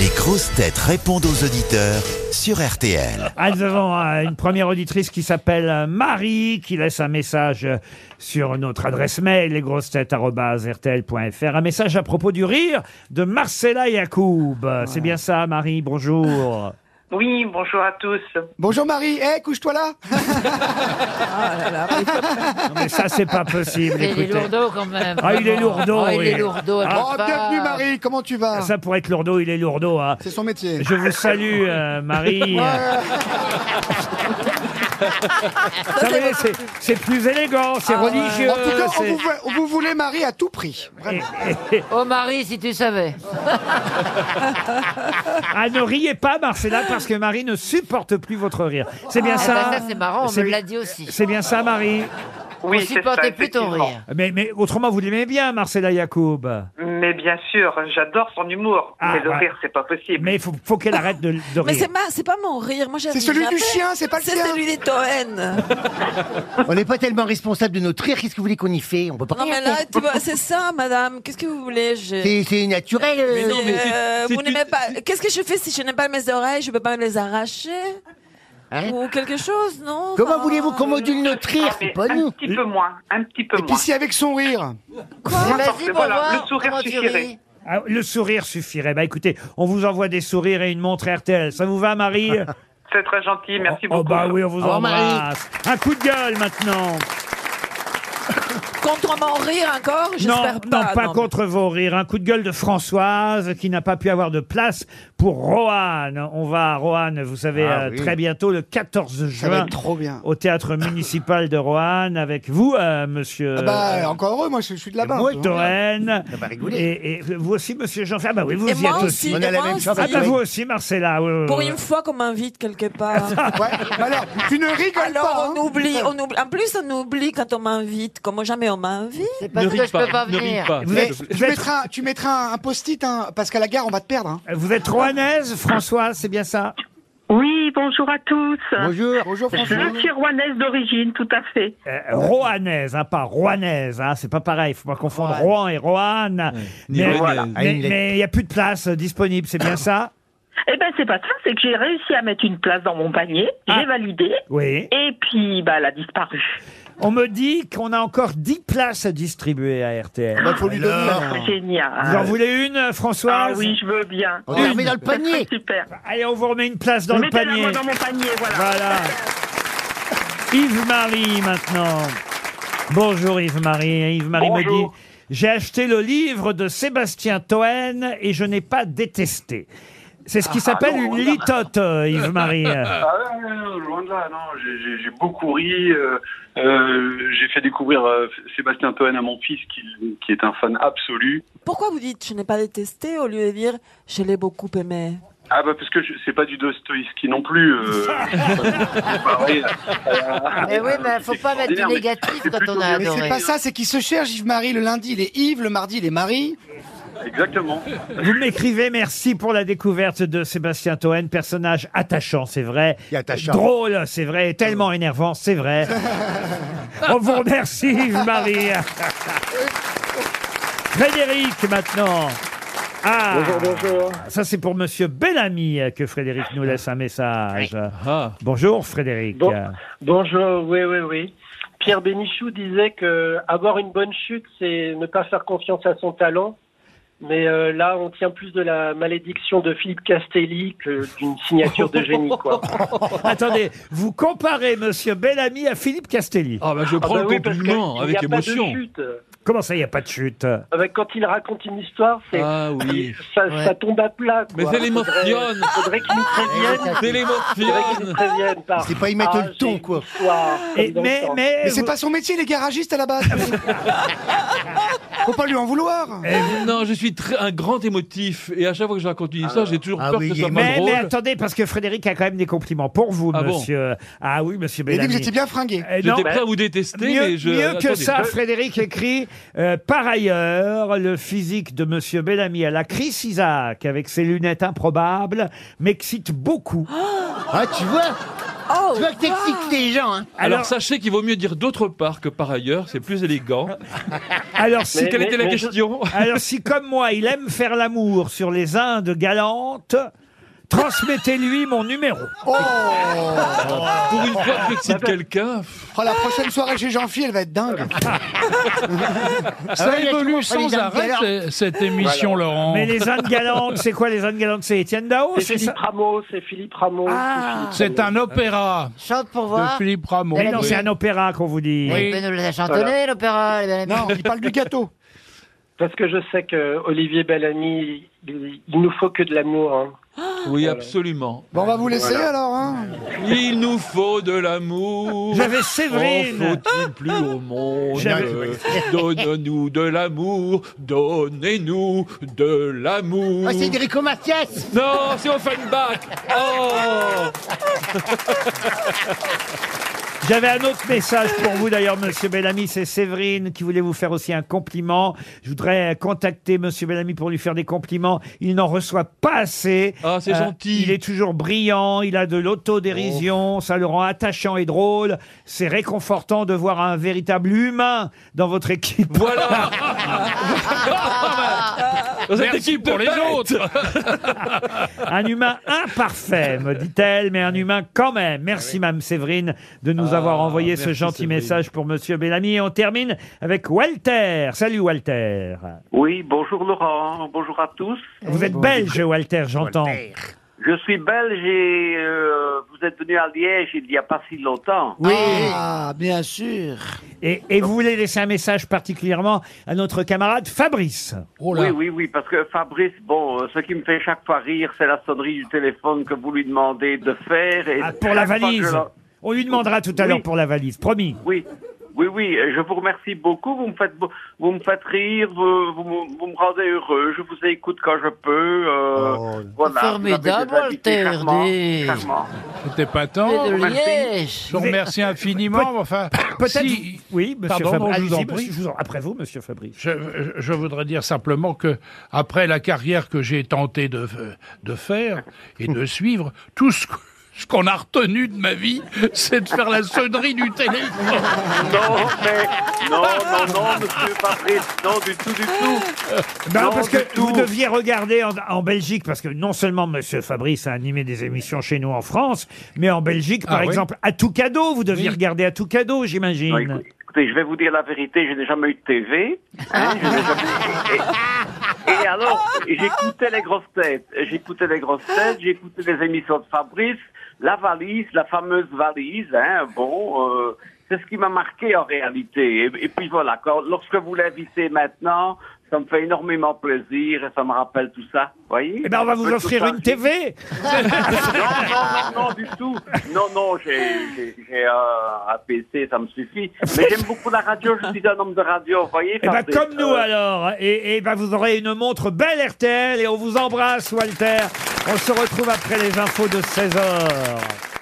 Les grosses têtes répondent aux auditeurs sur RTL. Ah, nous avons euh, une première auditrice qui s'appelle euh, Marie, qui laisse un message euh, sur notre adresse mail, lesgrossetêtes.rtl.fr. Un message à propos du rire de Marcella Yacoub. Euh, C'est bien ça, Marie, bonjour. Oui, bonjour à tous. Bonjour Marie, eh, couche-toi là Non, mais ça, c'est pas possible, Il est écoutez. lourdeau quand même. Ah, il est lourdeau, Ah, il est oui. lourdeau. elle Oh, peut pas. bienvenue Marie, comment tu vas Ça, pour être lourdeau, il est lourdeau. hein. C'est son métier. Je vous salue, euh, Marie. Ça, vous voyez, c'est- c'est plus élégant, c'est religieux. Ah En tout cas, on c'est- vous, veut- on vous voulait Marie à tout prix. Vraiment. Oh Marie, si tu savais. Eh Ah, ne riez pas, Marcella, parce que Marie ne supporte plus votre rire. C'est bien Ah, ça bah, ça, c'est marrant, on me C'est bi- l'a dit aussi. C'est bien ça, Marie On Oui, c'est ça, supportait plus ton effectivement. rire. mais, mais autrement, vous l'aimez bien, Marcella Yacoub. Mais bien sûr, j'adore son humour. Ah, mais le ouais. rire, c'est pas possible. Mais il faut, faut qu'elle arrête de, de rire. Mais c'est ma- c'est pas mon rire. Moi, j'avais- C'est celui j'avais- du chien, c'est pas le C'est tien. celui des Toen. On n'est pas tellement responsable de notre rire, qu'est-ce que vous voulez qu'on y fait On peut pas Non, mais rien là, faire. tu vois, c'est ça, madame. Qu'est-ce que vous voulez je... C'est c'est naturel. euh, Euh, vous n'aimez pas. Qu'est-ce que je fais si je n'aime pas mes oreilles Je peux pas me les arracher hein. Ou quelque chose, non Comment Enfin, voulez-vous qu'on module notre rire Ah, mais C'est pas un nous. petit peu moins, un petit peu Et moins. puis si avec son rire. Vas-y, pour Voilà, voir le sourire comment tu suffirait. ris. Ah, le sourire suffirait. Bah écoutez, on vous envoie des sourires et une montre RTL. Ça vous va, Marie C'est très gentil, merci Oh beaucoup. bah oui, on vous revoir, Marie. embrasse. Un coup de gueule maintenant. Contre mon rire encore Non, J'espère non, pas. pas non. contre vos rires. Un coup de gueule de Françoise qui n'a pas pu avoir de place pour Roanne. On va à Roanne, vous savez, Ah euh, oui. très bientôt, le 14 Ça va juin, être trop bien. au théâtre municipal de Roanne, avec vous, euh, monsieur. Ah bah, encore heureux, moi je, je suis de là-bas. Moi, tu vois. Toen. Ça va rigoler. Et, et vous aussi, monsieur jean Ah bah oui, vous y Et êtes moi aussi. aussi. On et a la moi même chambre. Ah aussi. bah vous aussi, Marcella. oui, oui, Pour oui. une fois qu'on m'invite quelque part. Ouais. Bah alors, tu ne rigoles pas. Alors hein. on oublie, on oublie. En plus on oublie quand on m'invite, comme jamais on m'invite. C'est parce que je peux pas venir. Vous Mais êtes, tu, vous êtes- mettras, un- tu mettras un, un post-it, hein, parce qu'à la gare, on va te perdre. hein. vous êtes rouennaise, Françoise, c'est bien ça Oui, bonjour à tous. Bonjour. Bah, Bonjour François. Je suis rouennaise d'origine, tout à fait. Euh, Roannaise, hein, pas Rouennaise, hein, c'est pas pareil, faut pas confondre Rouen et Roanne. Mais Voilà. Ah, mais il l'est. mais il n'y a plus de place euh, disponible, c'est bien ça Eh ben, c'est pas ça, c'est que j'ai réussi à mettre une place dans mon panier, Ah. j'ai validé, Oui. et puis, bah, elle a disparu. On me dit qu'on a encore 10 places à distribuer à RTL. Ah, Bah, faut lui donner. hein. Vous en Génial. voulez une, Françoise Ah oui, je veux bien. On la remet dans le panier. Super. Allez, on vous remet une place dans le Mettez-la panier. moi dans mon panier, voilà. Voilà. Yves-Marie maintenant. Bonjour Yves-Marie. Yves-Marie me dit Bonjour. J'ai acheté le livre de Sébastien Toen et je n'ai pas détesté. C'est ce qui s'appelle Ah, non, une litote, euh, Yves-Marie. Ah ouais, ouais, non, loin de là, non, j'ai- j'ai j'ai beaucoup ri. euh, euh, j'ai fait découvrir euh, Sébastien Toen à mon fils, qui, qui est un fan absolu. Pourquoi vous dites je n'ai pas détesté au lieu de dire je l'ai beaucoup aimé Ah bah parce que je- c'est pas du Dostoïevski non plus. euh, c'est pas vrai, euh, Mais Eh oui, mais faut pas mettre du Mais négatif c'est quand plutôt on a Mais c'est adoré. pas ça, c'est qu'il se cherche Yves-Marie le lundi, il est Yves, le mardi, il est Marie. Exactement. Vous m'écrivez merci pour la découverte de Sébastien Toen, personnage attachant, c'est vrai. Et attachant. Drôle, c'est vrai. Et Tellement énervant, c'est vrai. On vous remercie, Yves-Marie. Frédéric, maintenant. Ah, bonjour. ça c'est pour Monsieur Bellamy euh, que Frédéric nous laisse un message. Bonjour Frédéric. Ah. Bon- Bonjour, oui, oui, oui. Pierre Bénichou disait que avoir une bonne chute, c'est ne pas faire confiance à son talent. Mais euh, là, on tient plus de la malédiction de Philippe Castelli que d'une signature de génie, quoi. Oh, Ah, Attendez, vous comparez Monsieur Bellamy à Philippe Castelli. Ah bah je prends Ah bah le oui, parce compliment qu'il avec n'y a pas de émotion. chute. Comment ça, il n'y a pas de chute Avec- quand il raconte une histoire, c'est Ah oui. ça, Ouais. ça tombe à plat. Mais Quoi. c'est l'émotion. Faudrait, faudrait qu'il nous Ah, prévienne. C'est Faudrait qu'il nous l'émotion. prévienne par. C'est pas y mettre Ah, le ton, j'ai une quoi. histoire, comme Et- dans le Mais, temps. mais, Mais c'est vous- pas son métier, les garagistes à la base. Faut pas lui en vouloir. Non, je suis très- un grand émotif et à chaque fois que je raconte une histoire, j'ai toujours Ah peur oui, que il ce soit est pas Mais, mais drôle. attendez, parce que Frédéric a quand même des compliments pour vous, Ah bon monsieur. ah oui, monsieur Il a dit que Bellamy. j'étais bien fringué. Euh, non, J'étais prêt à vous détester, mieux, mais je. mieux que attendez. ça, Frédéric écrit euh, Par ailleurs, le physique de monsieur Bellamy à la Chris Isaac, avec ses lunettes improbables, m'excite beaucoup. Ah, tu vois tu vois que t'excites les gens, hein Alors, sachez qu'il vaut mieux dire d'autre part que par ailleurs, c'est plus élégant. Alors, si, quelle était la question Alors, si, comme moi, il aime faire l'amour sur les Indes galantes, transmettez-lui mon numéro. Oh Pour une fois que j'excite quelqu'un. Oh, la prochaine soirée chez jean phil elle va être dingue. Ça il y a évolue toujours pas sans les Indes arrêt, galantes. c'est- cette émission, Voilà. Laurent. Mais les Indes galantes, c'est quoi les Indes galantes C'est Étienne Dao C'est Philippe Rameau, c'est Philippe Rameau. C'est un opéra Chante pour de voir. Philippe Rameau. Mais non, c'est un opéra qu'on vous dit. Il peut nous la chantonner, l'opéra. les belles- parle du gâteau. Parce que je sais que Olivier Bellamy, il, il nous faut que de l'amour. hein. Oui, absolument. Bon, on va vous laisser Voilà. alors. Hein. Il nous faut de l'amour. J'avais Séverine. En faut-il plus au monde J'avais- Donne-nous de l'amour. Donnez-nous de l'amour. Ah, c'est Enrico Macias Non, c'est Offenbach. Oh J'avais un autre message pour vous d'ailleurs, Monsieur Bellamy, c'est Séverine qui voulait vous faire aussi un compliment. Je voudrais contacter Monsieur Bellamy pour lui faire des compliments. Il n'en reçoit pas assez. Euh, Ah, c'est gentil. Oh. Il est toujours brillant, il a de l'autodérision, ça le rend attachant et drôle. C'est réconfortant de voir un véritable humain dans votre équipe. Voilà Dans cette Merci équipe de pour les bêtes. autres. Un humain imparfait, me dit-elle, mais un humain quand même. Merci, Mme Séverine, de nous Ah, avoir envoyé ce merci, gentil Séverine. message pour Monsieur Bellamy. Et on termine avec Walter. Salut, Walter. Oui, bonjour Laurent, bonjour à tous. Vous êtes belge, Walter, j'entends. Je suis belge et euh, vous êtes venu à Liège il n'y a pas si longtemps. Oui. Ah, bien sûr. Et, et vous voulez laisser un message particulièrement à notre camarade Fabrice. Oui, oui, oui, parce que Fabrice, bon, euh, ce qui me fait chaque fois rire, c'est la sonnerie du téléphone que vous lui demandez de faire. Et Ah, pour la chaque fois que je valise. la- On lui demandera tout à Oui. l'heure pour la valise, promis. Oui, oui, oui, euh, je vous remercie beaucoup. Vous me faites, beau- vous me faites rire, vous, vous me- vous me rendez heureux. Je vous écoute quand je peux. euh, voilà, Oh, Formidable, vous avez des invités Walter, charmants, dis. charmants. C'était pas tant. Mais de Je Liège. vous remercie infiniment. mais Enfin, Peut-être. si- Oui, monsieur Pardon, non, Fabrice. je vous en Allez-y, prie. monsieur, je vous en- Après vous, monsieur Fabrice. Je, je- je voudrais dire simplement que après la carrière que j'ai tenté de, de faire et de suivre, tout ce, que- ce qu'on a retenu de ma vie, c'est de faire la sonnerie du téléphone. Non, mais non, non, non, monsieur Fabrice, non, du tout, du tout. Non, parce que du tout. vous deviez regarder en, en Belgique, parce que non seulement Monsieur Fabrice a animé des émissions chez nous en France, mais en Belgique, par Ah oui. exemple, à tout cadeau, vous deviez Oui. regarder à tout cadeau, j'imagine. Non, écoute- écoutez, je vais vous dire la vérité, je n'ai jamais eu de TV. hein, je n'ai jamais- Et, et alors, j'écoutais les grosses têtes. J'écoutais les grosses têtes, j'écoutais les émissions de Fabrice, la valise, la fameuse valise, hein, bon... euh, c'est ce qui m'a marqué en réalité. Et, et puis voilà, quand- lorsque vous l'invitez maintenant, ça me fait énormément plaisir et ça me rappelle tout ça. Voyez Eh ben, on va vous Tout offrir ça, une je- TV. non, non, non, non, du tout. Non, non, j'ai- j'ai j'ai, euh, un PC, ça me suffit. Mais j'aime beaucoup la radio, je suis un homme de radio, vous voyez. Eh ça, ben, c'est, comme nous euh, alors. Et, et ben, vous aurez une montre belle RTL et on vous embrasse, Walter. On se retrouve après les infos de 16 heures.